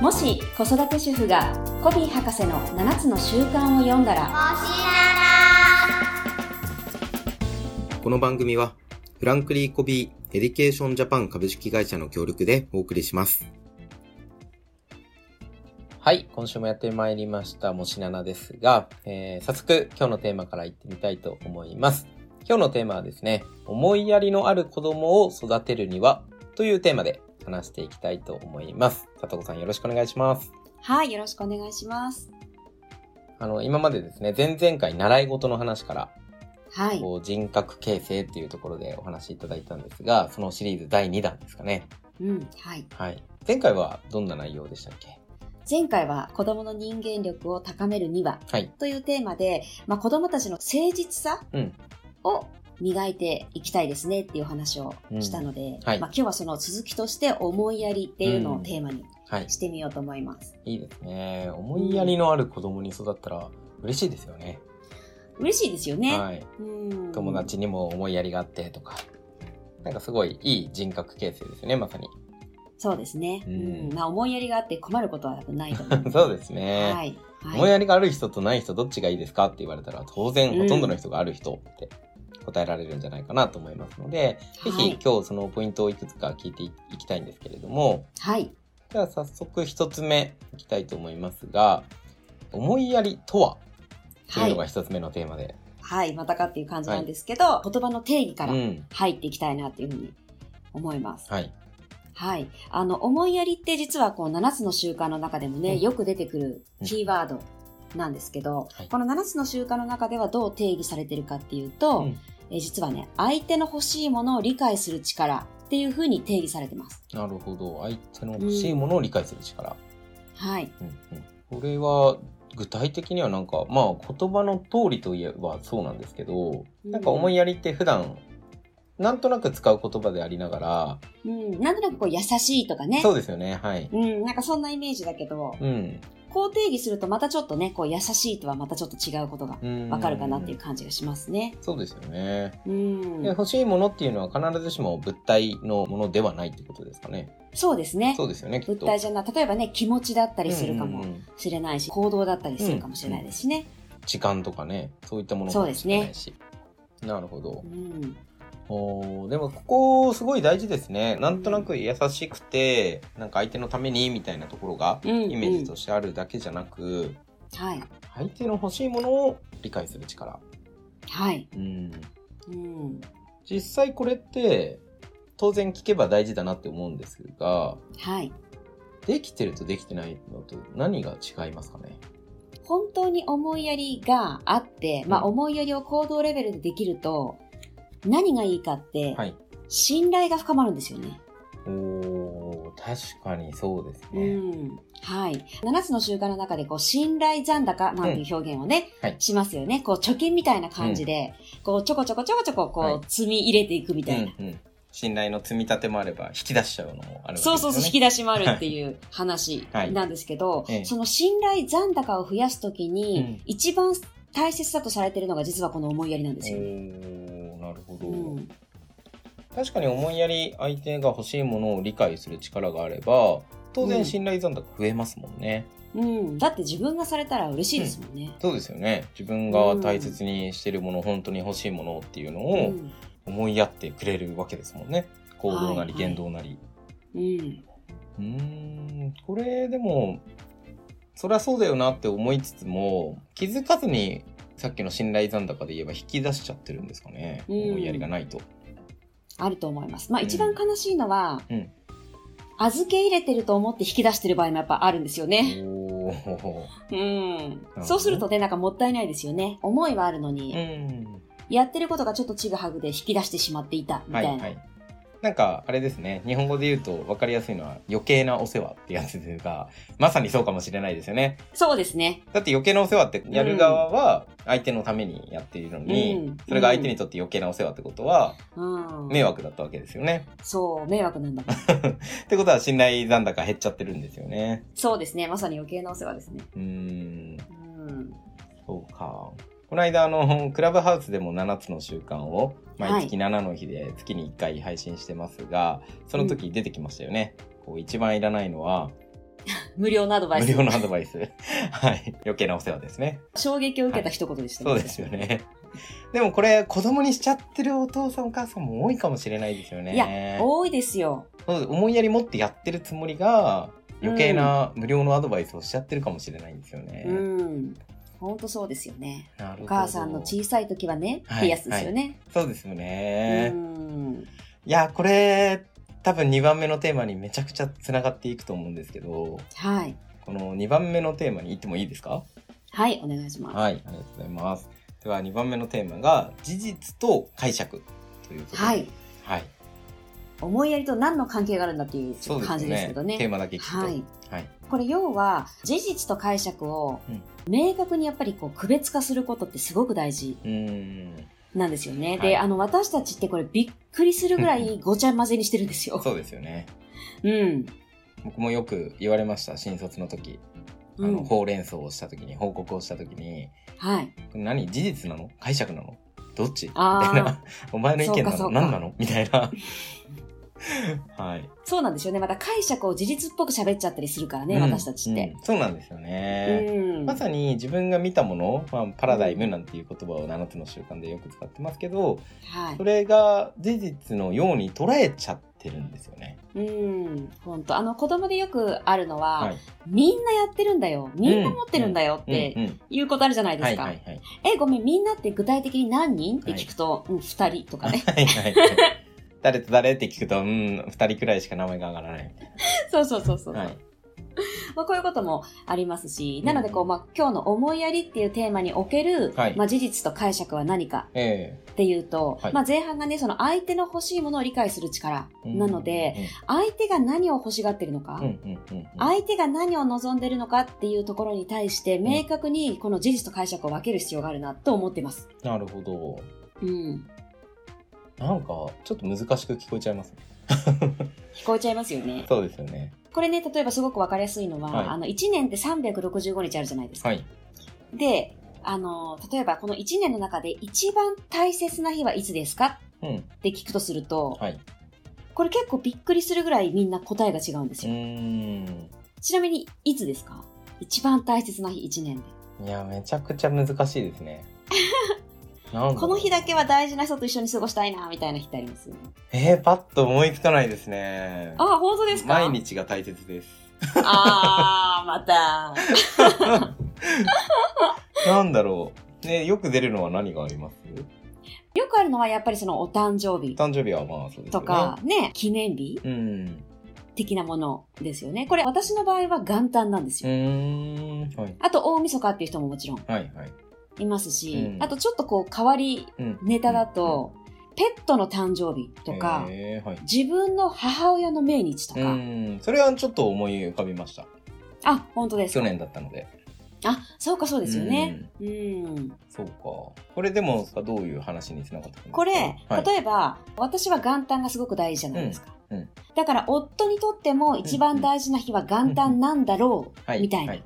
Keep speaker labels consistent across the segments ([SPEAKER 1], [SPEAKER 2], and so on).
[SPEAKER 1] もし子育て主婦がコビー博士の7つの習慣を読んだら
[SPEAKER 2] この番組は、フランクリー・コビー・エディケーション・ジャパン株式会社の協力でお送りします。
[SPEAKER 3] はい、今週もやってまいりました、もしななですが、えー早速今日のテーマからいってみたいと思います。今日のテーマはですね、思いやりのある子供を育てるにはというテーマで話していきたいと思います。さとこさんよろしくお願いします。
[SPEAKER 1] はいよろしくお願いします
[SPEAKER 3] あの、今までですね、前々回習い事の話から、
[SPEAKER 1] はい
[SPEAKER 3] こう人格形成っていうところでお話しいただいたんですが、そのシリーズ第2弾ですかね。
[SPEAKER 1] うんはい
[SPEAKER 3] はい。前回はどんな内容でしたっけ
[SPEAKER 1] 前回は子供の人間力を高めるには
[SPEAKER 3] はい。
[SPEAKER 1] というテーマで、まあ、子供たちの誠実さ
[SPEAKER 3] うん
[SPEAKER 1] を磨いていきたいですねっていう話をしたので、
[SPEAKER 3] はい
[SPEAKER 1] まあ、今日はその続きとして思いやりっていうのを
[SPEAKER 3] うん
[SPEAKER 1] テーマに
[SPEAKER 3] はい。
[SPEAKER 1] してみようと思います。
[SPEAKER 3] いいですね。思いやりのある子供に育ったら嬉しいですよね。
[SPEAKER 1] 嬉しいですよね。
[SPEAKER 3] はい。
[SPEAKER 1] うん
[SPEAKER 3] 友達にも思いやりがあってとか。なんかすごいいい人格形成ですね、まさに。
[SPEAKER 1] そうですね、う
[SPEAKER 3] うんん。
[SPEAKER 1] まあ、思いやりがあって困ることは多分ないと思う
[SPEAKER 3] そうです
[SPEAKER 1] は
[SPEAKER 3] ね。
[SPEAKER 1] い、はい
[SPEAKER 3] 思いやりがある人とない人どっちがいいですかって言われたら当然ほとんどの人がある人って答えられるんじゃないかなと思いますので、ぜ
[SPEAKER 1] はい
[SPEAKER 3] ひ今日そのポイントをいくつか聞いていきたいんですけれども、
[SPEAKER 1] はい、
[SPEAKER 3] では早速一つ目いきたいと思いますが、思いやりとはと
[SPEAKER 1] は
[SPEAKER 3] いうのが
[SPEAKER 1] い、
[SPEAKER 3] 一つ目のテーマで。
[SPEAKER 1] はい、またかっていう感じなんですけど、言葉の定義から
[SPEAKER 3] うん。
[SPEAKER 1] 入っていきたいなっていうふうに思います。
[SPEAKER 3] はい。
[SPEAKER 1] はい。あの、思いやりって実はこう7つの習慣の中でもね、
[SPEAKER 3] うん
[SPEAKER 1] よく出てくるキーワードなんですけど、
[SPEAKER 3] はい
[SPEAKER 1] この7つの習慣の中ではどう定義されてるかっていうと、
[SPEAKER 3] うん
[SPEAKER 1] えー実はね、相手の欲しいものを理解する力っていうふうに定義されてます。
[SPEAKER 3] なるほど相手の欲しいものを理解する力、
[SPEAKER 1] はい。
[SPEAKER 3] うんうんこれは具体的にはなんかまあ言葉の通りといえばそうなんですけど、
[SPEAKER 1] うん
[SPEAKER 3] なんか思いやりって普段なんとなく使う言葉でありながら、
[SPEAKER 1] うん。なんとなくこう優しいとかね
[SPEAKER 3] そ。うですよねはい、
[SPEAKER 1] うん。なんかそんなイメージだけど、
[SPEAKER 3] うん
[SPEAKER 1] こう定義するとまたちょっとね、こう優しいとはまたちょっと違うことが
[SPEAKER 3] うん
[SPEAKER 1] わかるかなっていう感じがしますね。
[SPEAKER 3] そうですよね、
[SPEAKER 1] うん
[SPEAKER 3] で。欲しいものっていうのは必ずしも物体のものではないってことですかね
[SPEAKER 1] そうですね。
[SPEAKER 3] そうですよねきっと
[SPEAKER 1] 物体じゃない。例えばね、気持ちだったりするかも。
[SPEAKER 3] うんうんうん
[SPEAKER 1] しれないし行動だったりするかもしれないですしね。
[SPEAKER 3] 時間とかねそういったもの
[SPEAKER 1] そ
[SPEAKER 3] か
[SPEAKER 1] う
[SPEAKER 3] も
[SPEAKER 1] です
[SPEAKER 3] しれ
[SPEAKER 1] ね
[SPEAKER 3] ないし、なるほど、
[SPEAKER 1] うん
[SPEAKER 3] おーでもここすごい大事ですねなんとなく優しくてなんか相手のためにみたいなところが
[SPEAKER 1] う
[SPEAKER 3] イ
[SPEAKER 1] ん
[SPEAKER 3] メージとしてあるだけじゃなく、
[SPEAKER 1] はい
[SPEAKER 3] 相手の欲しいものを理解する力
[SPEAKER 1] はい、
[SPEAKER 3] うん
[SPEAKER 1] うん、
[SPEAKER 3] 実際これって当然聞けば大事だなって思うんですが
[SPEAKER 1] はい。
[SPEAKER 3] できてるとできてないのと何が違いますかね
[SPEAKER 1] 本当に思いやりがあって、まあ
[SPEAKER 3] うん
[SPEAKER 1] 思いやりを行動レベルでできると何がいいかって、
[SPEAKER 3] はい
[SPEAKER 1] 信頼が深まるんですよね。
[SPEAKER 3] おー確かにそうです
[SPEAKER 1] う
[SPEAKER 3] ね、
[SPEAKER 1] ん、はい。7つの習慣の中でこう信頼残高なんていう表現をね、
[SPEAKER 3] はい
[SPEAKER 1] しますよね。こう貯金みたいな感じで、こうちょこちょこちょこちょこ
[SPEAKER 3] は
[SPEAKER 1] こ
[SPEAKER 3] いう
[SPEAKER 1] 積み入れていくみ
[SPEAKER 3] う
[SPEAKER 1] たいな。
[SPEAKER 3] んうん、信頼の積み立てもあれば引き出しちゃうのもあるわけです
[SPEAKER 1] そ
[SPEAKER 3] よ
[SPEAKER 1] う
[SPEAKER 3] ね
[SPEAKER 1] そうそう、引き出しもあるっていう話
[SPEAKER 3] はい
[SPEAKER 1] なんですけど、
[SPEAKER 3] ええ
[SPEAKER 1] その信頼残高を増やすときに、
[SPEAKER 3] うん
[SPEAKER 1] 一番大切だとされてるのが実はこの思いやりなんですよね。
[SPEAKER 3] おーなるほど、
[SPEAKER 1] うん、
[SPEAKER 3] 確かに思いやり相手が欲しいものを理解する力があれば当
[SPEAKER 1] うん
[SPEAKER 3] 然信頼残高増えますもんね、
[SPEAKER 1] うんだって自分がされたら嬉しいですもんね。
[SPEAKER 3] そうですよね自分が大切にしてるもの、本当に欲しいものっていうの
[SPEAKER 1] う
[SPEAKER 3] を
[SPEAKER 1] ん、
[SPEAKER 3] 思いやってくれるわけですもんね行動な
[SPEAKER 1] はいは
[SPEAKER 3] り
[SPEAKER 1] い
[SPEAKER 3] 言動なり、
[SPEAKER 1] うん、
[SPEAKER 3] うーんこれでもそりゃそうだよなって思いつつも気づかずにさっきの信頼残高で言えば引き出しちゃってるんですかね、
[SPEAKER 1] うん
[SPEAKER 3] 思いやりがないと
[SPEAKER 1] あると思います。まあ
[SPEAKER 3] うん
[SPEAKER 1] 一番悲しいのは、
[SPEAKER 3] うん
[SPEAKER 1] 預け入れてると思って引き出してる場合もやっぱあるんですよね。
[SPEAKER 3] おー
[SPEAKER 1] うん
[SPEAKER 3] ほ、ど
[SPEAKER 1] そうするとね、なんかもったいないですよね。思いはあるのに、
[SPEAKER 3] うん
[SPEAKER 1] やってることがちょっとちぐはぐで引き出してしまっていたみた
[SPEAKER 3] はいい
[SPEAKER 1] な。
[SPEAKER 3] はい。なんかあれですね日本語で言うと分かりやすいのは余計なお世話ってやつがまさにそうかもしれないですよね
[SPEAKER 1] そうですね。
[SPEAKER 3] だって余計なお世話ってやる側は相手のためにやっているのに、
[SPEAKER 1] うん
[SPEAKER 3] それが相手にとって余計なお世話ってことは
[SPEAKER 1] うん、
[SPEAKER 3] 迷惑だったわけですよね、
[SPEAKER 1] そう、迷惑 なんだもん。
[SPEAKER 3] ってことは信頼残高減っちゃってるんですよね
[SPEAKER 1] そうですね。まさに余計なお世話ですね。
[SPEAKER 3] うーん
[SPEAKER 1] うん。
[SPEAKER 3] そうかこの間あの クラブハウスでも7つの習慣を毎月7の日で月に1回配信してますが、その時出てきましたよね、こう一番いらないのは
[SPEAKER 1] 無料のアドバイ
[SPEAKER 3] 無
[SPEAKER 1] ス。
[SPEAKER 3] 料のアドバイス。 はい。余計なお世話ですね。
[SPEAKER 1] 衝撃を受けた一言でした、
[SPEAKER 3] そうですよね。でもこれ、子供にしちゃってるお父さんお母さんも多いかもしれないですよね。
[SPEAKER 1] いや、多いですよ。
[SPEAKER 3] そう思いやり持ってやってるつもりが、余計な無料のアドバイスをしちゃってるかもしれないんですよね。
[SPEAKER 1] うん。ほんとそうですよね。
[SPEAKER 3] なるほど
[SPEAKER 1] お母さんの小さい時はね、
[SPEAKER 3] はい
[SPEAKER 1] ってやつですよね。
[SPEAKER 3] そうですよ
[SPEAKER 1] う
[SPEAKER 3] ね。
[SPEAKER 1] ん。
[SPEAKER 3] いや、これ、多分2番目のテーマにめちゃくちゃつながっていくと思うんですけど、
[SPEAKER 1] はい。
[SPEAKER 3] この2番目のテーマに行ってもいいですか
[SPEAKER 1] はい、お願いします。
[SPEAKER 3] はい、ありがとうございます。では2番目のテーマが、事実と解釈ということで。
[SPEAKER 1] はい。
[SPEAKER 3] はい。
[SPEAKER 1] 思いやりと何の関係があるんだっていう
[SPEAKER 3] そうですね。
[SPEAKER 1] 感じですけどね。
[SPEAKER 3] テーマだけ聞くと。
[SPEAKER 1] はい。
[SPEAKER 3] はい。
[SPEAKER 1] これ要は事実と解釈を
[SPEAKER 3] うん
[SPEAKER 1] 明確にやっぱりこう区別化することってすごく大事
[SPEAKER 3] うーん。
[SPEAKER 1] なんですよね。
[SPEAKER 3] はい
[SPEAKER 1] で、あの私たちってこれびっくりするぐらいごちゃ混ぜにしてるんですよ。
[SPEAKER 3] そうですよね。
[SPEAKER 1] うん。
[SPEAKER 3] 僕もよく言われました、新卒の時。あ
[SPEAKER 1] う
[SPEAKER 3] の、
[SPEAKER 1] ん、
[SPEAKER 3] ほうれん草をした時に、報告をした時に、
[SPEAKER 1] はい。
[SPEAKER 3] これ何事実なの解釈なのどっちみ
[SPEAKER 1] あー
[SPEAKER 3] たいな。 お前の意見な
[SPEAKER 1] そ
[SPEAKER 3] の
[SPEAKER 1] うかそうか
[SPEAKER 3] 何なのみたいな。 はい。
[SPEAKER 1] そうなんですよね。また解釈を事実っぽく喋っちゃったりするからね、
[SPEAKER 3] うん
[SPEAKER 1] 私たちって。
[SPEAKER 3] うんそうなんですよね。
[SPEAKER 1] うん。
[SPEAKER 3] まさに自分が見たもの、まあ、パラダイムなんていう言葉を7つの習慣でよく使ってますけど、
[SPEAKER 1] はい
[SPEAKER 3] そ。れが事実のように捉えちゃってるんですよね。
[SPEAKER 1] うん。本当あの子供でよくあるのは、
[SPEAKER 3] はい
[SPEAKER 1] みんなやってるんだよ。みんな持ってるんだよっ
[SPEAKER 3] うん
[SPEAKER 1] て
[SPEAKER 3] うん
[SPEAKER 1] いうことあるじゃないで
[SPEAKER 3] は
[SPEAKER 1] す
[SPEAKER 3] い
[SPEAKER 1] か。
[SPEAKER 3] はいはい。
[SPEAKER 1] え、ごめん、みんなって具体的に何人って聞くと、うん、二人とかね。
[SPEAKER 3] はいはいはい。誰と誰って聞くと、うん、二人くらいしか名前が上がらない。
[SPEAKER 1] そうそうそうそう。
[SPEAKER 3] はい。
[SPEAKER 1] まあ、こういうこともありますし、
[SPEAKER 3] うん
[SPEAKER 1] なのでこう、まあ、今日の思いやりっていうテーマにおける、
[SPEAKER 3] はい
[SPEAKER 1] まあ、事実と解釈は何か
[SPEAKER 3] え
[SPEAKER 1] っていうと、
[SPEAKER 3] はい
[SPEAKER 1] まあ、前半がね、その相手の欲しいものを理解する力
[SPEAKER 3] え
[SPEAKER 1] なので、、相手が何を欲しがってるのか、
[SPEAKER 3] うんうんうんうん。
[SPEAKER 1] 相手が何を望んでるのかっていうところに対して、明確にこの事実と解釈を分ける必要があるなと思ってます。
[SPEAKER 3] なるほど。
[SPEAKER 1] うん。
[SPEAKER 3] なんか、ちょっと難しく聞こえちゃいますね。
[SPEAKER 1] 聞こえちゃいますよね。
[SPEAKER 3] そうですよね。
[SPEAKER 1] これね、例えばすごく分かりやすいのは、
[SPEAKER 3] はい
[SPEAKER 1] あの、1年って365日あるじゃないですか。
[SPEAKER 3] はい。
[SPEAKER 1] で、あの、例えばこの1年の中で一番大切な日はいつですか
[SPEAKER 3] うん。
[SPEAKER 1] って聞くとすると、
[SPEAKER 3] はい。
[SPEAKER 1] これ結構びっくりするぐらいみんな答えが違うんです
[SPEAKER 3] う
[SPEAKER 1] よ。
[SPEAKER 3] ーん。
[SPEAKER 1] ちなみに、いつですか一番大切な日、1年で。
[SPEAKER 3] いや、めちゃくちゃ難しいで すね。なんだろう
[SPEAKER 1] この日だけは大事な人と一緒に過ごしたいな、みたいな日ってあります
[SPEAKER 3] えー、パッと思いつかないですね。
[SPEAKER 1] あ、本当ですか
[SPEAKER 3] 毎。日が大切です。
[SPEAKER 1] あー、また。
[SPEAKER 3] なんだろう。ね、よく出るのは何があります
[SPEAKER 1] よくあるのはやっぱりそのお誕生日
[SPEAKER 3] 誕生日はまあそうですよね。
[SPEAKER 1] とか、ね、記念日
[SPEAKER 3] うん。
[SPEAKER 1] 的なものですよね。これ私の場合は元旦なんです
[SPEAKER 3] う
[SPEAKER 1] よ。
[SPEAKER 3] ーん。はい。
[SPEAKER 1] あと大晦日っていう人ももちろん
[SPEAKER 3] はいはい。
[SPEAKER 1] いますし、
[SPEAKER 3] うん
[SPEAKER 1] あとちょっとこう変わり
[SPEAKER 3] うん
[SPEAKER 1] ネタだと、ペットの誕生日とか、
[SPEAKER 3] えーはい。
[SPEAKER 1] 自分の母親の命日と
[SPEAKER 3] う
[SPEAKER 1] か、
[SPEAKER 3] ん。それはちょっと思い浮かびました。
[SPEAKER 1] あ、本当です
[SPEAKER 3] 去
[SPEAKER 1] か。
[SPEAKER 3] 年だったので。
[SPEAKER 1] あ、そうかそうですよね。うん。
[SPEAKER 3] そうか。これでもどういう話につながってくるんですか
[SPEAKER 1] これ、
[SPEAKER 3] はい、
[SPEAKER 1] 例えば、私は元旦がすごく大事じゃないですか。
[SPEAKER 3] うんうん
[SPEAKER 1] だから、夫にとっても一番大事な日は元旦なんだろう、
[SPEAKER 3] は
[SPEAKER 1] みたいな。
[SPEAKER 3] は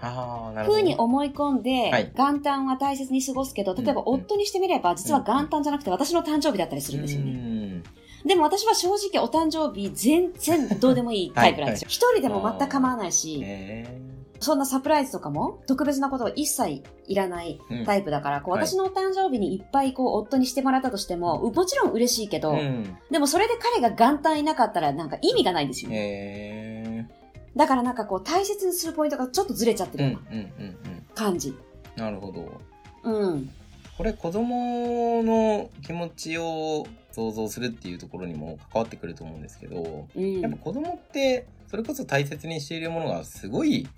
[SPEAKER 3] ああ、なるほど。
[SPEAKER 1] 風に思い込んで、
[SPEAKER 3] はい
[SPEAKER 1] 元旦は大切に過ごすけど、例えば
[SPEAKER 3] うんうん
[SPEAKER 1] 夫にしてみれば、実は元旦じゃなくて私の誕生日だったりするんですよね。
[SPEAKER 3] うん
[SPEAKER 1] でも私は正直お誕生日全然どうでもいいタイプなんですよ。一、人でも全く構わないし、
[SPEAKER 3] え
[SPEAKER 1] そんなサプライズとかも特別なことは一切いらない
[SPEAKER 3] ーうん
[SPEAKER 1] タイプだから、こう
[SPEAKER 3] はい
[SPEAKER 1] 私のお誕生日にいっぱいこう夫にしてもらったとしても、うもちろん嬉しいけど、
[SPEAKER 3] うん
[SPEAKER 1] でもそれで彼が元旦いなかったらなんか意味がないんですよね。
[SPEAKER 3] えー
[SPEAKER 1] だからなんかこう大切にするポイントがちょっとずれちゃって
[SPEAKER 3] うん
[SPEAKER 1] る
[SPEAKER 3] う
[SPEAKER 1] よ
[SPEAKER 3] ん
[SPEAKER 1] うな
[SPEAKER 3] うんうん。
[SPEAKER 1] 感じ。
[SPEAKER 3] なるほど。
[SPEAKER 1] うん。
[SPEAKER 3] これ子供の気持ちを想像するっていうところにも関わってくると思うんですけど、
[SPEAKER 1] うん。
[SPEAKER 3] やっぱ子供ってそれこそ大切にしているものがすごい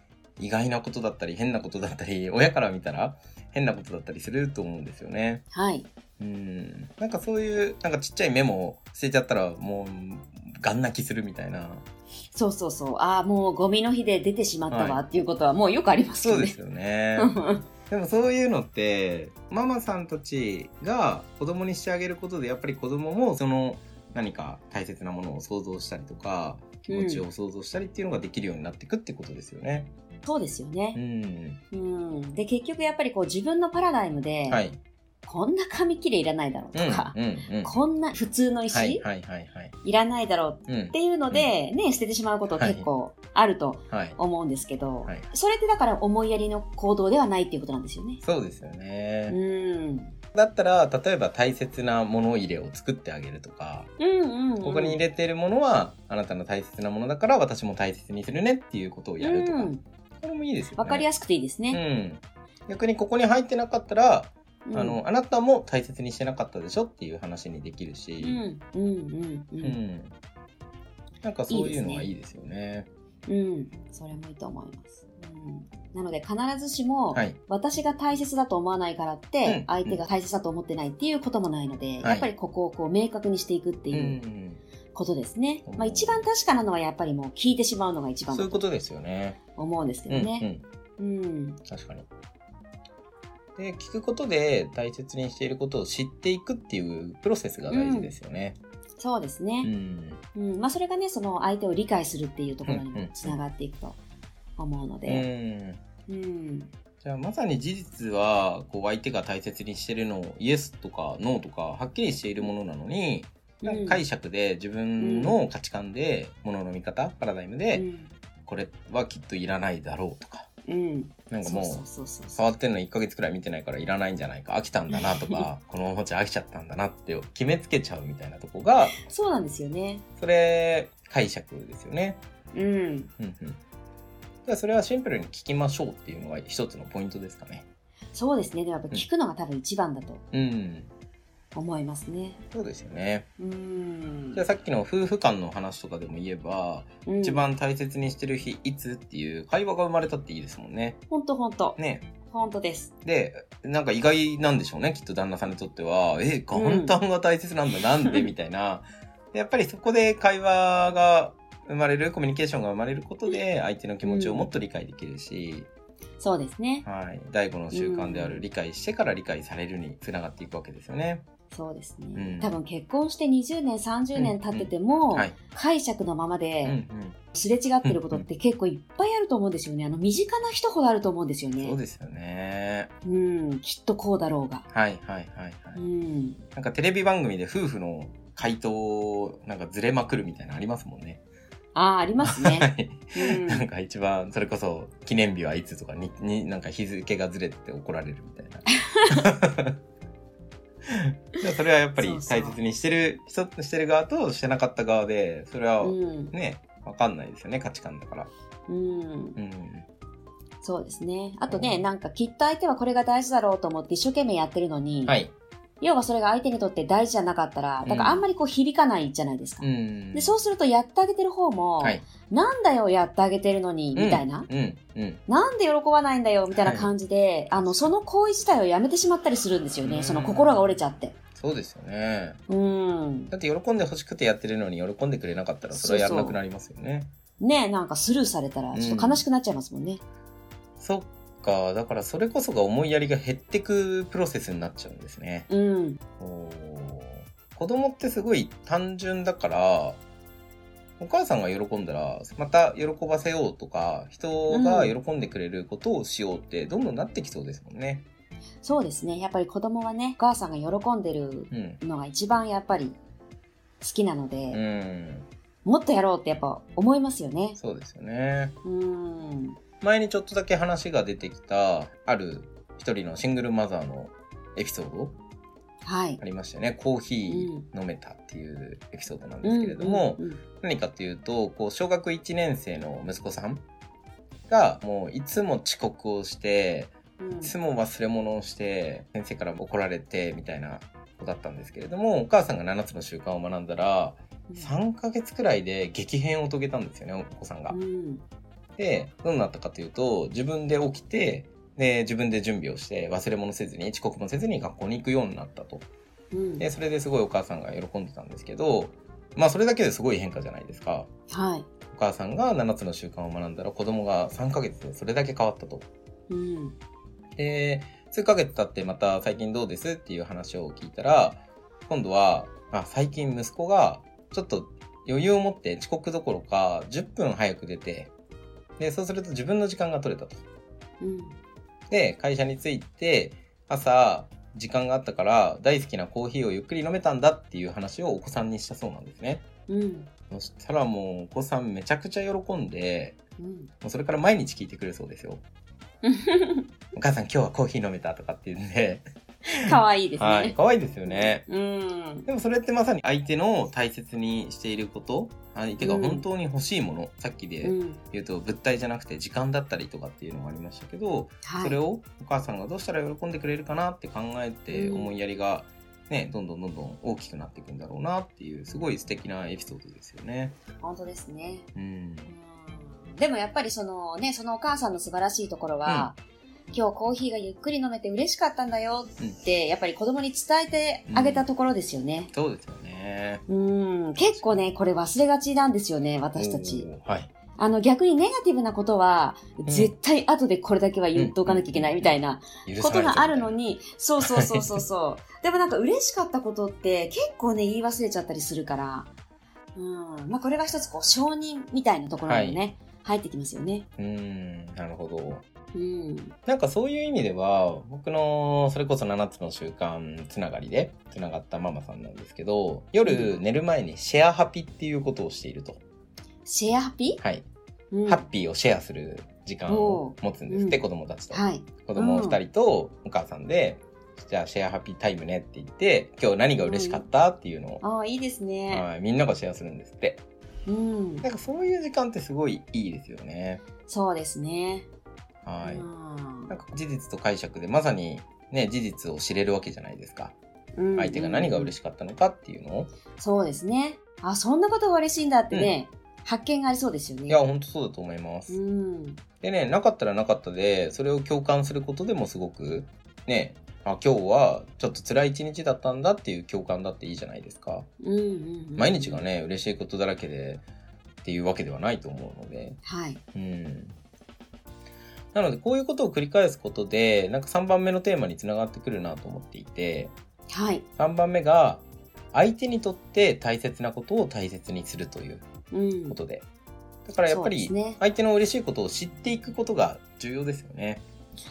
[SPEAKER 3] 意外なことだったり変なことだったり親から見たら変なことだったりすると思うんですよね。
[SPEAKER 1] はい。
[SPEAKER 3] うん、なんかそういうなんかちっちゃいメモを捨てちゃったらもうガン泣きするみたいな
[SPEAKER 1] そうそうそう。ああ、もうゴミの日で出てしまったわっていうことはもうよくあります
[SPEAKER 3] そ
[SPEAKER 1] よ
[SPEAKER 3] うで
[SPEAKER 1] ね。。
[SPEAKER 3] すよね
[SPEAKER 1] うん
[SPEAKER 3] でもそういうのってママさんたちが子供にしてあげることでやっぱり子供もその何か大切なものを想像したりとか気持ちを想像したりっていうのができるようになっていくってことですよね。
[SPEAKER 1] そうですよね。
[SPEAKER 3] うん、
[SPEAKER 1] うん。で、結局やっぱりこう自分のパラダイムで、
[SPEAKER 3] はい
[SPEAKER 1] こんな紙切れいらないだろうとか、
[SPEAKER 3] うんうんうん
[SPEAKER 1] こんな普通の石、
[SPEAKER 3] はいいはいはいはい。
[SPEAKER 1] らないだろう
[SPEAKER 3] うん
[SPEAKER 1] っていうので、ね、捨ててしまうこと結構あると
[SPEAKER 3] はい。
[SPEAKER 1] 思うんですけど、
[SPEAKER 3] はい
[SPEAKER 1] それってだから思いやりの行動ではないっていうことなんですよね。
[SPEAKER 3] そうですよね。
[SPEAKER 1] うん、うん
[SPEAKER 3] だったら例えば大切な物入れを作ってあげるとか、
[SPEAKER 1] うんうん
[SPEAKER 3] ここに入れてるものはあなたの大切なものだから私も大切にするねっていうことをやるとか、
[SPEAKER 1] うん
[SPEAKER 3] これもいいですよね。
[SPEAKER 1] わかりやすくていいですね。
[SPEAKER 3] うん、逆にここに入ってなかったら、
[SPEAKER 1] うん
[SPEAKER 3] あのあなたも大切にしてなかったでしょっていう話にでき
[SPEAKER 1] う
[SPEAKER 3] るし、
[SPEAKER 1] んうんうんう
[SPEAKER 3] うん
[SPEAKER 1] ん
[SPEAKER 3] なんかそういうのはいいですよね。
[SPEAKER 1] うんそれもいいと思います。うんなので必ずしも、
[SPEAKER 3] はい、
[SPEAKER 1] 私が大切だと思わないからっ
[SPEAKER 3] うん
[SPEAKER 1] て相手が大切だと思ってないっていうこともないので、
[SPEAKER 3] い
[SPEAKER 1] やっぱりここをこう明確にしていくって
[SPEAKER 3] う、
[SPEAKER 1] いうんことですね、
[SPEAKER 3] うん
[SPEAKER 1] まあ、一番確かなのはやっぱりもう聞いてしまうのが一番
[SPEAKER 3] そう
[SPEAKER 1] だ
[SPEAKER 3] い
[SPEAKER 1] と
[SPEAKER 3] うことですよね。
[SPEAKER 1] 思うんですけど
[SPEAKER 3] うんう
[SPEAKER 1] ね。
[SPEAKER 3] ん
[SPEAKER 1] うん
[SPEAKER 3] 確かに。で聞くことで大切にしていることを知っていくっていうプロセスが大事ですよね。
[SPEAKER 1] そうです
[SPEAKER 3] う
[SPEAKER 1] ね、
[SPEAKER 3] ん
[SPEAKER 1] うんまあ、それがねその相手を理解するっていうところに
[SPEAKER 3] うんう
[SPEAKER 1] も
[SPEAKER 3] ん
[SPEAKER 1] つながっていくと思うの
[SPEAKER 3] う
[SPEAKER 1] で、
[SPEAKER 3] ん
[SPEAKER 1] うん
[SPEAKER 3] じゃあまさに事実はこう相手が大切にしてるのをイエスとかノーとかはっきりしているものなのに、なんか解釈で自分の価値観で、ものの見方パラダイムで、
[SPEAKER 1] うん
[SPEAKER 3] これはきっといらないだろうとか
[SPEAKER 1] うん、
[SPEAKER 3] なんかもう
[SPEAKER 1] そうそうそうそう
[SPEAKER 3] 触ってんの1ヶ月くらい見てないからいらないんじゃないか飽きたんだな とかこのおもちゃ飽きちゃったんだなって決めつけちゃうみたいなとこが
[SPEAKER 1] そうなんですよね。
[SPEAKER 3] それ解釈ですよね。
[SPEAKER 1] うん
[SPEAKER 3] うんうんじゃあそれはシンプルに聞きましょうっていうのが一つのポイントですかね。
[SPEAKER 1] そうですねでもやっぱ聞くのが多分一番だと
[SPEAKER 3] うん、
[SPEAKER 1] 思いますね。
[SPEAKER 3] そうですよね。
[SPEAKER 1] うん
[SPEAKER 3] じゃあさっきの夫婦間の話とかでも言えば、
[SPEAKER 1] うん
[SPEAKER 3] 一番大切にしてる日いつっていう会話が生まれたっていいですもんね。
[SPEAKER 1] ほんとほんと。
[SPEAKER 3] ね。
[SPEAKER 1] ほんとです。
[SPEAKER 3] で、なんか意外なんでしょうね。きっと旦那さんにとっては、え、
[SPEAKER 1] ん
[SPEAKER 3] 元旦が大切なんだ、なんでみたいな。でやっぱりそこで会話が生まれる、コミュニケーションが生まれることで、相手の気持ちをもっと理解できるし、
[SPEAKER 1] そうですね。
[SPEAKER 3] はい。第五の習慣であ
[SPEAKER 1] う
[SPEAKER 3] る
[SPEAKER 1] ん
[SPEAKER 3] 理解してから理解されるにつながっていくわけですよね。
[SPEAKER 1] そうですね。
[SPEAKER 3] うん
[SPEAKER 1] 多分結婚して20年、30年経ってても、
[SPEAKER 3] はい。
[SPEAKER 1] 解釈のまま
[SPEAKER 3] うん
[SPEAKER 1] ですれ違ってることって結構いっぱいあると思うんですよね。あの、身近な人ほどあると思うんですよ
[SPEAKER 3] うん。そう
[SPEAKER 1] ね。
[SPEAKER 3] ですよね。
[SPEAKER 1] うん、きっとこうだろうが。
[SPEAKER 3] はいはいはいはい。
[SPEAKER 1] うん。
[SPEAKER 3] なんかテレビ番組で夫婦の回答なんかずれまくるみたいなのありますもんね。
[SPEAKER 1] ああ、あります
[SPEAKER 3] は
[SPEAKER 1] ね。
[SPEAKER 3] い。
[SPEAKER 1] うん
[SPEAKER 3] なんか一番それこそ記念日はいつとかにになんか日付がずれてて怒られるみた いな。でもそれはやっぱ
[SPEAKER 1] そ
[SPEAKER 3] り
[SPEAKER 1] うそう
[SPEAKER 3] 大切にしてる人してる側としてなかった側でそれは
[SPEAKER 1] うん、
[SPEAKER 3] ね、わかんないですよね価値観だから。
[SPEAKER 1] うん
[SPEAKER 3] う、ん。
[SPEAKER 1] そうですね。あとね、なんかきっと相手はこれが大事だろうと思って一生懸命やってるのに、
[SPEAKER 3] はい。
[SPEAKER 1] 要はそれが相手にとって大事じゃなかったら、だからあんまりこう響かないじゃないですか。
[SPEAKER 3] うん。
[SPEAKER 1] でそうするとやってあげてる方も、
[SPEAKER 3] はい。
[SPEAKER 1] なんだよやってあげてるのにみたいな、
[SPEAKER 3] うんうん。
[SPEAKER 1] なんで喜ばないんだよみたいな感じで、あのその行為自体をやめてしまったりするんですよ
[SPEAKER 3] う
[SPEAKER 1] ね
[SPEAKER 3] ん
[SPEAKER 1] その心が折れちゃって
[SPEAKER 3] そうですよね。
[SPEAKER 1] うん
[SPEAKER 3] だって喜んで欲しくてやってるのに喜んでくれなかったらそれはやらなくなりますよね。
[SPEAKER 1] ねえなんかスルーされたらちょっと悲しくなっちゃいますもんね、
[SPEAKER 3] そっか、だからそれこそが思いやりが減ってくプロセスになっちゃうんですね。
[SPEAKER 1] うん
[SPEAKER 3] おー子供ってすごい単純だから、お母さんが喜んだら、また喜ばせようとか、人が喜んでくれることをしようって、どんどんなってきそうですもんね。
[SPEAKER 1] そうですねやっぱり子供はねお母さんが喜んでる
[SPEAKER 3] うん。
[SPEAKER 1] のが一番やっぱり好きなので、
[SPEAKER 3] うん。
[SPEAKER 1] もっとやろうってやっぱ思いますよね
[SPEAKER 3] そうですよね。
[SPEAKER 1] うん
[SPEAKER 3] 前にちょっとだけ話が出てきた、ある一人のシングルマザーのエピソード
[SPEAKER 1] はい
[SPEAKER 3] ありましたよね。コーヒー飲めたっていうエピソードなんですけれども、
[SPEAKER 1] うんうん
[SPEAKER 3] 何かというとこう小学1年生の息子さんがもういつも遅刻をして
[SPEAKER 1] うんうん
[SPEAKER 3] いつも忘れ物をして先生から怒られてみたいな子だったんですけれどもお母さんが7つの習慣を学んだら3ヶ月くらいで激変を遂げたんですよねお子さんが
[SPEAKER 1] う。ん
[SPEAKER 3] でどうなったかというと自分で起きてで自分で準備をして忘れ物せずに遅刻もせずに学校に行くようになったと。
[SPEAKER 1] うん
[SPEAKER 3] でそれですごいお母さんが喜んでたんですけどまあそれだけですごい変化じゃないですか。
[SPEAKER 1] はい
[SPEAKER 3] お母さんが7つの習慣を学んだら子供が3ヶ月でそれだけ変わったと。
[SPEAKER 1] うん
[SPEAKER 3] で、数ヶ月経ってまた最近どうですっていう話を聞いたら、今度は、あ、最近息子がちょっと余裕を持って遅刻どころか10分早く出て、で、そうすると自分の時間が取れたと。
[SPEAKER 1] うん
[SPEAKER 3] で、会社に着いて朝、時間があったから大好きなコーヒーをゆっくり飲めたんだっていう話をお子さんにしたそうなんですね。
[SPEAKER 1] うん。
[SPEAKER 3] そしたらもうお子さんめちゃくちゃ喜んで、
[SPEAKER 1] うん。
[SPEAKER 3] もうそれから毎日聞いてくるそうで すよ。お母さん今日はコーヒー飲めたとかって言うんで、
[SPEAKER 1] かわいいですね。
[SPEAKER 3] はい、可愛いですよね。
[SPEAKER 1] うん。
[SPEAKER 3] でもそれってまさに相手の大切にしていること、相手が本当に欲しいもの、さっき
[SPEAKER 1] う
[SPEAKER 3] で
[SPEAKER 1] ん。
[SPEAKER 3] 言うと物体じゃなくて時間だったりとかっていうのもありましたけど、
[SPEAKER 1] は
[SPEAKER 3] それ
[SPEAKER 1] い。
[SPEAKER 3] をお母さんがどうしたら喜んでくれるかなって考えて
[SPEAKER 1] うん
[SPEAKER 3] 思いやりが、ね、どんどんどんどん大きくなっていくんだろうなっていうすごい素敵なエピソードですよね。
[SPEAKER 1] 本当ですね。
[SPEAKER 3] うん、
[SPEAKER 1] うんでもやっぱりそのね、そのお母さんの素晴らしいところは、今日コーヒーがゆっくり飲めて嬉しかったんだよって、やっぱり子供に伝えてあげたところですよね。
[SPEAKER 3] そうですよね。
[SPEAKER 1] うん、結構ね、これ忘れがちなんですよね、私たち。
[SPEAKER 3] おー。はい。
[SPEAKER 1] あの逆にネガティブなことは、
[SPEAKER 3] ん
[SPEAKER 1] 絶対後でこれだけは言っとかなきゃいけないみたいな
[SPEAKER 3] 許さ
[SPEAKER 1] こ
[SPEAKER 3] れて
[SPEAKER 1] と
[SPEAKER 3] る
[SPEAKER 1] があるの。に、そうそうそうそう そう。でもなんか嬉しかったことって結構ね、言い忘れちゃったりするから、うん、まあこれが一つこう承認みたいなところにもね、入ってきますよね。
[SPEAKER 3] うん、なるほど。
[SPEAKER 1] うん。
[SPEAKER 3] なんかそういう意味では、僕のそれこそ7つの習慣つながりでつながったママさんなんですけど、夜寝る前にシェアハピっていうことをしていると。
[SPEAKER 1] シェアハピ
[SPEAKER 3] はい。
[SPEAKER 1] うん
[SPEAKER 3] ハッピーをシェアする時間を持つんですって、
[SPEAKER 1] おー
[SPEAKER 3] 子供たちと。
[SPEAKER 1] はい。
[SPEAKER 3] 子供2人とお母さんで、じゃあシェアハピータイムねって言って、今日何が嬉しかったっていうのを、
[SPEAKER 1] ああ、いいですね。
[SPEAKER 3] はいみんながシェアするんですって。
[SPEAKER 1] うん。
[SPEAKER 3] なんかそういう時間ってすごいいいですよね。
[SPEAKER 1] そうですね。
[SPEAKER 3] はい。
[SPEAKER 1] うん
[SPEAKER 3] なんか事実と解釈でまさにね、事実を知れるわけじゃないですか。
[SPEAKER 1] うん
[SPEAKER 3] 相手が何が嬉しかったのかっていうのを。
[SPEAKER 1] そうですね。あ、そんなことが嬉しいんだってね、発見がありそうですよね。
[SPEAKER 3] いや、ほんとそうだと思いま
[SPEAKER 1] う
[SPEAKER 3] す。
[SPEAKER 1] ん。
[SPEAKER 3] でね、なかったらなかったで、それを共感することでもすごく、ね、あ、今日はちょっと辛い一日だったんだっていう共感だっていいじゃないですか。
[SPEAKER 1] うんうん、うん。
[SPEAKER 3] 毎日が。ね、嬉しいことだらけでっていうわけではないと思うので。
[SPEAKER 1] はい。
[SPEAKER 3] うん。なので、こういうことを繰り返すことで、なんか3番目のテーマにつながってくるなと思っていて、
[SPEAKER 1] はい。
[SPEAKER 3] 3番目が相手にとって大切なことを大切にするという
[SPEAKER 1] うん
[SPEAKER 3] こ。とでだからやっぱ
[SPEAKER 1] そうです
[SPEAKER 3] り
[SPEAKER 1] ね
[SPEAKER 3] 相手の嬉しいことを知っていくことが重要ですよね。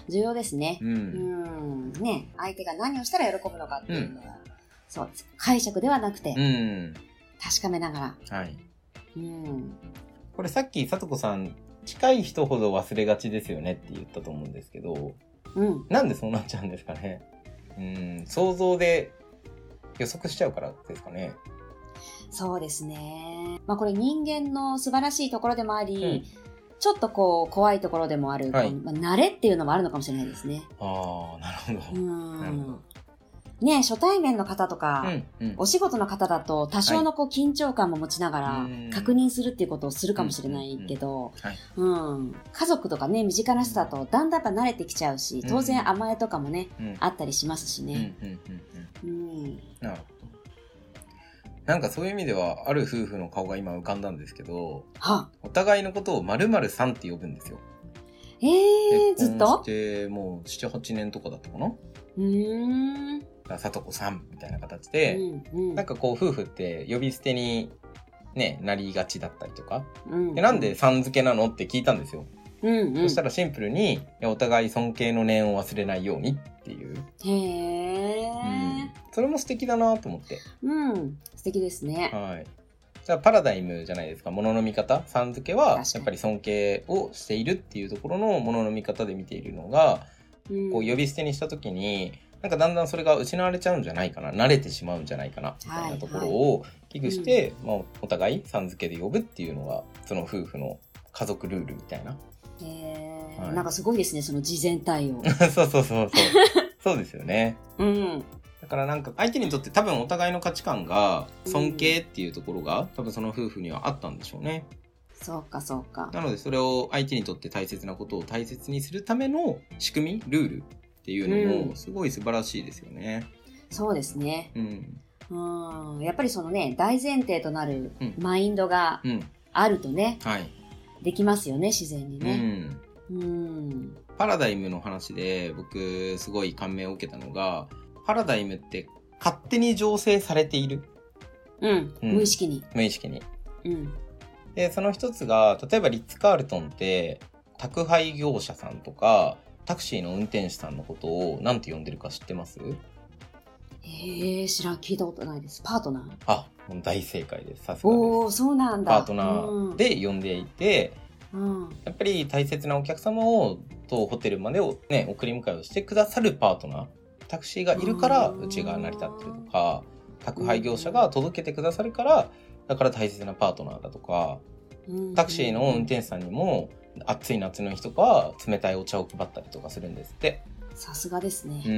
[SPEAKER 1] 重要ですね。
[SPEAKER 3] うん
[SPEAKER 1] うん。ね、相手が何をしたら喜ぶのかっていうのが、そうです。解釈ではなくて、
[SPEAKER 3] うん
[SPEAKER 1] 確かめながら。
[SPEAKER 3] はい、
[SPEAKER 1] うん。
[SPEAKER 3] これさっきさとこさん近い人ほど忘れがちですよねって言ったと思うんですけど
[SPEAKER 1] うん。
[SPEAKER 3] なんでそうなっちゃうんですかねうん想像で予測しちゃうからですかね。
[SPEAKER 1] そうですね。まあこれ人間の素晴らしいところでもあり、
[SPEAKER 3] うん
[SPEAKER 1] ちょっとこう怖いところでもある、
[SPEAKER 3] はい
[SPEAKER 1] こうまあ、慣れっていうのもあるのかもしれないですね。
[SPEAKER 3] ああなる
[SPEAKER 1] う
[SPEAKER 3] ほど。なるほ
[SPEAKER 1] ん。ね初対面の方とか、
[SPEAKER 3] うんうん
[SPEAKER 1] お仕事の方だと多少のこう緊張感も持ちながら
[SPEAKER 3] うん
[SPEAKER 1] 確認するっていうことをするかもしれないけど
[SPEAKER 3] はい、
[SPEAKER 1] うん、家族とかね身近な人だとだんだんやっぱ慣れてきちゃうし
[SPEAKER 3] うん
[SPEAKER 1] 当然甘えとかもね
[SPEAKER 3] うん
[SPEAKER 1] あったりしますし
[SPEAKER 3] うんうん
[SPEAKER 1] ね。
[SPEAKER 3] うんうん
[SPEAKER 1] うん、
[SPEAKER 3] なるほど。なんかそういう意味では、ある夫婦の顔が今浮かんだんですけど、
[SPEAKER 1] は
[SPEAKER 3] お互いのことを〇〇さんって呼ぶんですよ。
[SPEAKER 1] えー、
[SPEAKER 3] 結
[SPEAKER 1] ずっ
[SPEAKER 3] 婚
[SPEAKER 1] と
[SPEAKER 3] して、もう7、8年とかだったかなだか
[SPEAKER 1] うーん、
[SPEAKER 3] らさとこさんみたいな形
[SPEAKER 1] う
[SPEAKER 3] で、
[SPEAKER 1] んうん
[SPEAKER 3] なんかこう夫婦って呼び捨てに、ね、なりがちだったりとか。
[SPEAKER 1] うん
[SPEAKER 3] で、なんでさん付けなのって聞いたんですよ。
[SPEAKER 1] うんうん
[SPEAKER 3] そしたらシンプルに、いやお互い尊敬の念を忘れないようにっていう。
[SPEAKER 1] へえ
[SPEAKER 3] うんそれも素敵だなと思って。
[SPEAKER 1] うん素敵ですね。
[SPEAKER 3] はい。じゃあパラダイムじゃないですか。ものの見方、さん付け
[SPEAKER 1] 確
[SPEAKER 3] は
[SPEAKER 1] かに
[SPEAKER 3] やっぱり尊敬をしているっていうところのものの見方で見ているのが、
[SPEAKER 1] うん
[SPEAKER 3] こう呼び捨てにした時に、なんかだんだんそれが失われちゃうんじゃないかな、慣れてしまうんじゃないかなみたいなところを危惧して、まあお互いさん付けで呼ぶっていうのがその夫婦の家族ルールみたいな。
[SPEAKER 1] へえ
[SPEAKER 3] はい
[SPEAKER 1] なんかすごいですねその事前対 応。
[SPEAKER 3] そうそ うそうそう。そうですよね。
[SPEAKER 1] うん
[SPEAKER 3] だからなんか相手にとって多分お互いの価値観が尊敬っていうところが、多分その夫婦にはあったんでしょうね。
[SPEAKER 1] そうかそうか。
[SPEAKER 3] なのでそれを相手にとって大切なことを大切にするための仕組みルールっていうの
[SPEAKER 1] う
[SPEAKER 3] も
[SPEAKER 1] ん
[SPEAKER 3] すごい素晴らしいですよね。
[SPEAKER 1] そうですね。
[SPEAKER 3] うん。
[SPEAKER 1] うん、やっぱりそのね、大前提となる
[SPEAKER 3] うん
[SPEAKER 1] マインドが
[SPEAKER 3] うん。
[SPEAKER 1] あるとね、
[SPEAKER 3] はい。
[SPEAKER 1] できますよね、自然に
[SPEAKER 3] う
[SPEAKER 1] ね。
[SPEAKER 3] ん。
[SPEAKER 1] うん。
[SPEAKER 3] パラダイムの話で僕すごい感銘を受けたのが、パラダイムって勝手に醸成されている。
[SPEAKER 1] うん。
[SPEAKER 3] うん
[SPEAKER 1] 無意識に。
[SPEAKER 3] 無意識に。
[SPEAKER 1] うん。
[SPEAKER 3] で、その一つが、例えばリッツ・カールトンって宅配業者さんとかタクシーの運転手さんのことを何て呼んでるか知ってます
[SPEAKER 1] へえ、知らん、聞いたことないです。パートナー。
[SPEAKER 3] あ、もう大正解です。さすがです。
[SPEAKER 1] おお、そうなんだ。
[SPEAKER 3] パートナー
[SPEAKER 1] で、
[SPEAKER 3] で呼んでいて、
[SPEAKER 1] うん。
[SPEAKER 3] やっぱり大切なお客様を当ホテルまでを、ね、送り迎えをしてくださるパートナータクシーがいるから
[SPEAKER 1] うん
[SPEAKER 3] うちが成り立ってるとか宅配業者が届けてくださるからだから大切なパートナーだとか
[SPEAKER 1] うん
[SPEAKER 3] タクシーの運転手さんにも暑い夏の日とかは冷たいお茶を配ったりとかするんですって。
[SPEAKER 1] さすがです
[SPEAKER 3] う
[SPEAKER 1] ね。
[SPEAKER 3] ん
[SPEAKER 1] う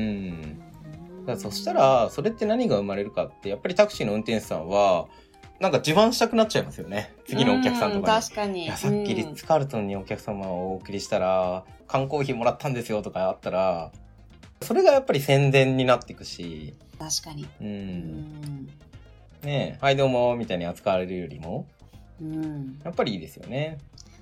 [SPEAKER 1] ん
[SPEAKER 3] だからそした、らそれって何が生まれるかってやっぱりタクシーの運転手さんはなんか自慢したくなっちゃいますよね次のお客さんとかに。
[SPEAKER 1] う確かに。
[SPEAKER 3] いやさっきリッツ・カールトンにお客様をお送りしたら缶コーヒーもらったんですよとかあったらそれがやっぱり宣伝になっていくし
[SPEAKER 1] うん確かに。
[SPEAKER 3] う
[SPEAKER 1] うんん。
[SPEAKER 3] ねえはいどうもみたいに扱われるよりも
[SPEAKER 1] うん。
[SPEAKER 3] やっぱりいいですよね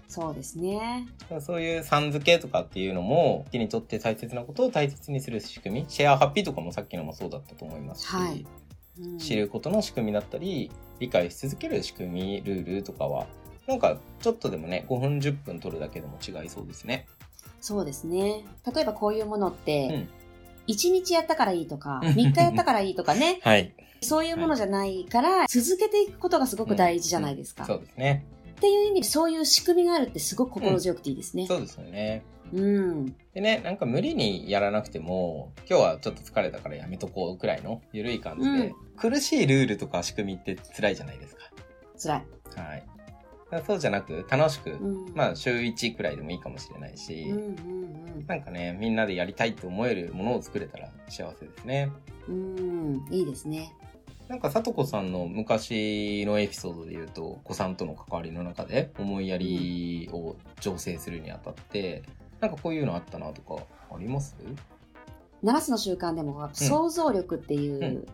[SPEAKER 1] そうですね。
[SPEAKER 3] だからそういうさん付けとかっていうのも手にとって大切なことを大切にする仕組みシェアハッピーとかもさっきのもそうだったと思いますし、
[SPEAKER 1] はいうん
[SPEAKER 3] 知ることの仕組みだったり理解し続ける仕組みルールとかはなんかちょっとでもね5分10分取るだけでも違いそうですね。
[SPEAKER 1] そうですね。例えばこういうものっ
[SPEAKER 3] う
[SPEAKER 1] て
[SPEAKER 3] ん、
[SPEAKER 1] 一、日やったからいいとか、
[SPEAKER 3] うん、
[SPEAKER 1] 三日やったからいいとかね
[SPEAKER 3] はい、
[SPEAKER 1] そういうものじゃないから、続けていくことがすごく大事じゃないですか。
[SPEAKER 3] そうですね。
[SPEAKER 1] っていう意味で、そういう仕組みがあるってすごく心強くていいですね。
[SPEAKER 3] そうですよね。
[SPEAKER 1] うん。
[SPEAKER 3] でね、なんか無理にやらなくても、今日はちょっと疲れたからやめとこうくらいの緩い感じで、
[SPEAKER 1] うん
[SPEAKER 3] 苦しいルールとか仕組みって辛いじゃないですか。
[SPEAKER 1] 辛い。
[SPEAKER 3] はい。だからそうじゃなく、楽しく、
[SPEAKER 1] うん。
[SPEAKER 3] まあ週1くらいでもいいかもしれないし、
[SPEAKER 1] うんうん
[SPEAKER 3] なんかね、みんなでやりたいと思えるものを作れたら幸せですね。
[SPEAKER 1] うん。うん。いいですね。
[SPEAKER 3] なんか、さとこさんの昔のエピソードで言うと、お子さんとの関わりの中で、思いやりを醸成するにあたって、なんかこういうのあったなとか、あります
[SPEAKER 1] 7つの習慣でも、想像力っていう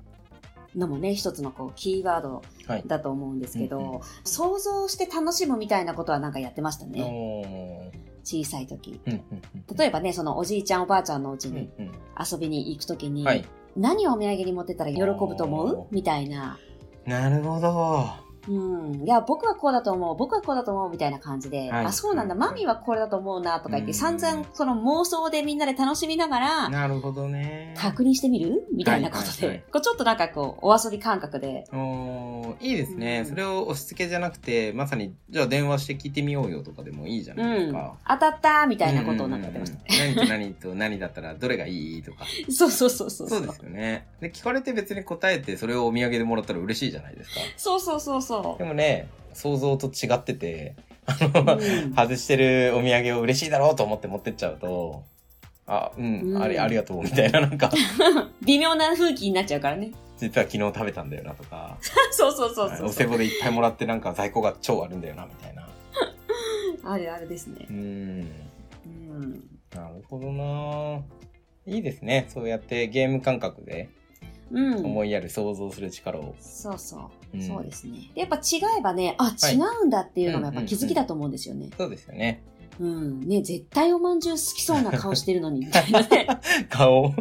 [SPEAKER 1] うのもね、一つのこう、キーワード
[SPEAKER 3] はい。
[SPEAKER 1] だと思うんですけど、
[SPEAKER 3] うんう
[SPEAKER 1] 想像して楽しむみたいなことはなんかやってましたね。
[SPEAKER 3] おー
[SPEAKER 1] 小さい時。
[SPEAKER 3] うんうんうん
[SPEAKER 1] 例えばね、そのおじいちゃんおばあちゃんのうちに
[SPEAKER 3] うん
[SPEAKER 1] 遊びに行くとき
[SPEAKER 3] う
[SPEAKER 1] に、
[SPEAKER 3] んはい。
[SPEAKER 1] 何をお土産に持ってたら喜ぶと思う
[SPEAKER 3] おー
[SPEAKER 1] みたいな。
[SPEAKER 3] なるほど。
[SPEAKER 1] うん。いや、僕はこうだと思う、僕はこうだと思う、みたいな感じで、
[SPEAKER 3] はい
[SPEAKER 1] あ、そうなんだ、マミーはこれだと思うな、とか言って、
[SPEAKER 3] うん
[SPEAKER 1] 散々その妄想でみんなで楽しみながら、
[SPEAKER 3] なるほどね。
[SPEAKER 1] 確認してみるみたいなことで、
[SPEAKER 3] はいはいはい
[SPEAKER 1] こうちょっとなんかこう、お遊び感覚で、
[SPEAKER 3] おーいいですね、
[SPEAKER 1] うん
[SPEAKER 3] それを押し付けじゃなくて、まさに、じゃあ電話して聞いてみようよとかでもいいじゃ
[SPEAKER 1] う
[SPEAKER 3] ないです
[SPEAKER 1] ん
[SPEAKER 3] か。、
[SPEAKER 1] 当たったみたいなことをなんかやってました。
[SPEAKER 3] うんうんうん何と何と何だったらどれがいいとか。
[SPEAKER 1] そうそうそうそう。
[SPEAKER 3] そうですよね。で、聞かれて別に答えてそれをお土産でもらったら嬉しいじゃないですか。
[SPEAKER 1] そうそうそうそ
[SPEAKER 3] でもね、想像と違ってて、あ
[SPEAKER 1] う。う
[SPEAKER 3] の、
[SPEAKER 1] ん
[SPEAKER 3] 外してるお土産を嬉しいだろうと思って持ってっちゃうと、あ、うん、
[SPEAKER 1] うん
[SPEAKER 3] あれ、ありがとうみたいな、なんか、
[SPEAKER 1] 微妙な風紀になっちゃうからね。
[SPEAKER 3] 実は昨日食べたんだよなとか、
[SPEAKER 1] そうそうそう
[SPEAKER 3] はい
[SPEAKER 1] そ
[SPEAKER 3] お
[SPEAKER 1] う
[SPEAKER 3] 歳暮でいっぱいもらってなんか在庫が超あるんだよな、みたいな。
[SPEAKER 1] あるあるですね
[SPEAKER 3] う。ん、
[SPEAKER 1] うん。
[SPEAKER 3] なるほどないいですね。そうやってゲーム感覚で
[SPEAKER 1] うん。
[SPEAKER 3] 思いやる、想像する力を。
[SPEAKER 1] そうそうう。
[SPEAKER 3] ん
[SPEAKER 1] そうですね。でやっぱ違えばね、あ、
[SPEAKER 3] い
[SPEAKER 1] 違うんだっていうのがやっ
[SPEAKER 3] うんう
[SPEAKER 1] ぱ
[SPEAKER 3] んうん
[SPEAKER 1] 気づきだと思うんですよね。
[SPEAKER 3] そうですよね。
[SPEAKER 1] うん。ね、絶対おまんじゅう好きそうな顔してるのに、みたいな ね。
[SPEAKER 3] 顔。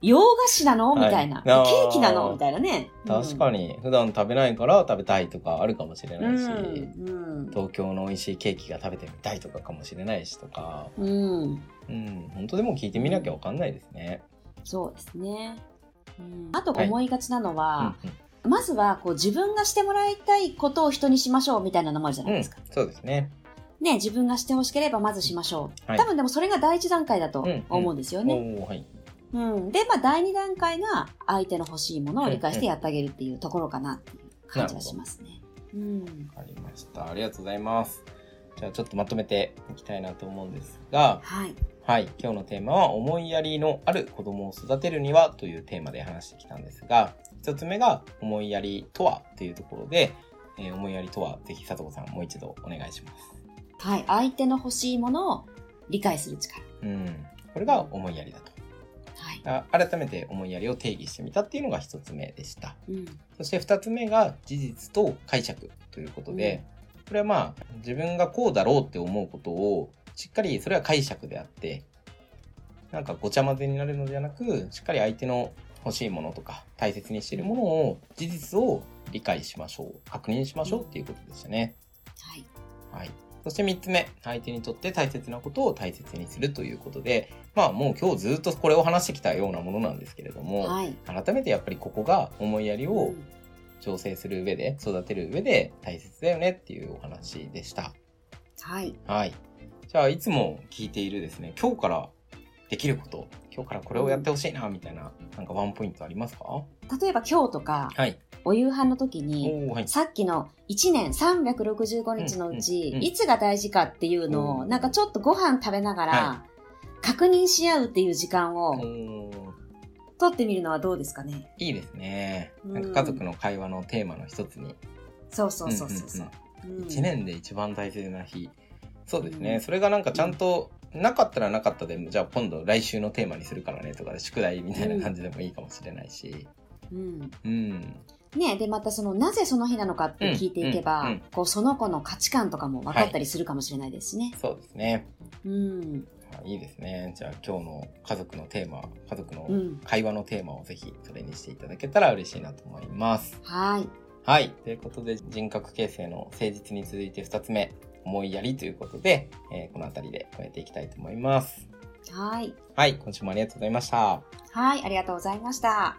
[SPEAKER 1] 洋菓子なのみたいな。
[SPEAKER 3] はい
[SPEAKER 1] ケ
[SPEAKER 3] あー
[SPEAKER 1] ーキなのみたいなね。
[SPEAKER 3] 確か
[SPEAKER 1] に。
[SPEAKER 3] に普段食べないから食べたいとかあるかもしれ
[SPEAKER 1] う
[SPEAKER 3] ないし、
[SPEAKER 1] ん。
[SPEAKER 3] 東京の美味しいケーキが食べてみたいとかかもしれないしとか
[SPEAKER 1] うん。うん。
[SPEAKER 3] うん本当でも聞いてみなきゃわかんないですね。
[SPEAKER 1] そうですね。うんあと思いがちなのは、
[SPEAKER 3] うん
[SPEAKER 1] まずはこう自分がしてもらいたいことを人にしましょうみたいなのもあるじゃない
[SPEAKER 3] うんう
[SPEAKER 1] です
[SPEAKER 3] ん
[SPEAKER 1] か。
[SPEAKER 3] そうですね。
[SPEAKER 1] ね、自分がしてほしければまずしましょう。
[SPEAKER 3] はい
[SPEAKER 1] 多分でもそれが第一段階だと
[SPEAKER 3] うん
[SPEAKER 1] 思うんですよ
[SPEAKER 3] お
[SPEAKER 1] ね。
[SPEAKER 3] おーはい。
[SPEAKER 1] うんで、まあ第二段階が相手の欲しいものを理解してやってあげるっていうところかなっていう感じがしますね。うん。
[SPEAKER 3] わかりました。ありがとうございます。じゃあちょっとまとめていきたいなと思うんですが、
[SPEAKER 1] はい。
[SPEAKER 3] はい、今日のテーマは思いやりのある子供を育てるにはというテーマで話してきたんですが、一つ目が思いやりとはというところで、えー思いやりとはぜひ佐藤さんもう一度お願いします。
[SPEAKER 1] はい。相手の欲しいものを理解する力。
[SPEAKER 3] うん、これが思いやりだと。
[SPEAKER 1] はい。
[SPEAKER 3] あ改めて思いやりを定義してみたっていうのが一つ目でした。
[SPEAKER 1] うん。
[SPEAKER 3] そして二つ目が事実と解釈ということで、これはまあ自分がこうだろうって思うことをしっかりそれは解釈であって、なんかごちゃ混ぜになるのではなく、しっかり相手の欲しいものとか大切にしているものを事実を理解しましょう、確認しましょうっていうことでしたね。
[SPEAKER 1] はい。
[SPEAKER 3] はい。そして3つ目、相手にとって大切なことを大切にするということで、まあもう今日ずっとこれを話してきたようなものなんですけれども、
[SPEAKER 1] はい。
[SPEAKER 3] 改めてやっぱりここが思いやり
[SPEAKER 1] う
[SPEAKER 3] を
[SPEAKER 1] ん
[SPEAKER 3] 調整する上で、育てる上で大切だよねっていうお話でした。
[SPEAKER 1] はい。
[SPEAKER 3] はい。じゃあいつも聞いているですね、今日からできること、今日からこれをやってほしいな、みたいな、なんかワンポイントありますかは
[SPEAKER 1] 例えば今日とか、
[SPEAKER 3] い。
[SPEAKER 1] お夕飯の時
[SPEAKER 3] お
[SPEAKER 1] に、
[SPEAKER 3] ーはい。
[SPEAKER 1] さっきの1年365日のうち、
[SPEAKER 3] うんうんうん
[SPEAKER 1] いつが大事かっていうのを、
[SPEAKER 3] うん
[SPEAKER 1] なんかちょっとご飯食べなが
[SPEAKER 3] は
[SPEAKER 1] ら、確認し合うっていう時間
[SPEAKER 3] お
[SPEAKER 1] を
[SPEAKER 3] ー
[SPEAKER 1] 取ってみるのはどうですかね。
[SPEAKER 3] いいですね。
[SPEAKER 1] うん
[SPEAKER 3] なんか家族の会話のテーマの一つに。
[SPEAKER 1] そうそうそうそうそう。うん
[SPEAKER 3] 1年で一番大切な日。そうです
[SPEAKER 1] う
[SPEAKER 3] ね。
[SPEAKER 1] ん
[SPEAKER 3] それがなんかちゃんと、なかったらなかったで、じゃあ今度来週のテーマにするからねとかで宿題みたいな感じでもいいかもしれないし。
[SPEAKER 1] うん
[SPEAKER 3] うん。
[SPEAKER 1] ねで、またその、なぜその日なのかって聞いていけば、
[SPEAKER 3] うんうんうん
[SPEAKER 1] こう、その子の価値観とかも分かったりするかもしれないですしね。
[SPEAKER 3] そうですね。
[SPEAKER 1] うん。
[SPEAKER 3] あいいですね。じゃあ今日の家族のテーマ、家族の
[SPEAKER 1] うん。
[SPEAKER 3] 会話のテーマをぜひそれにしていただけたら嬉しいなと思います。
[SPEAKER 1] はい。
[SPEAKER 3] はい。ということで、人格形成の誠実に続いて2つ目、思いやりということで、えーこの辺りで終えていきたいと思います。
[SPEAKER 1] はい。
[SPEAKER 3] はい。今週もありがとうございました。
[SPEAKER 1] はい。ありがとうございました。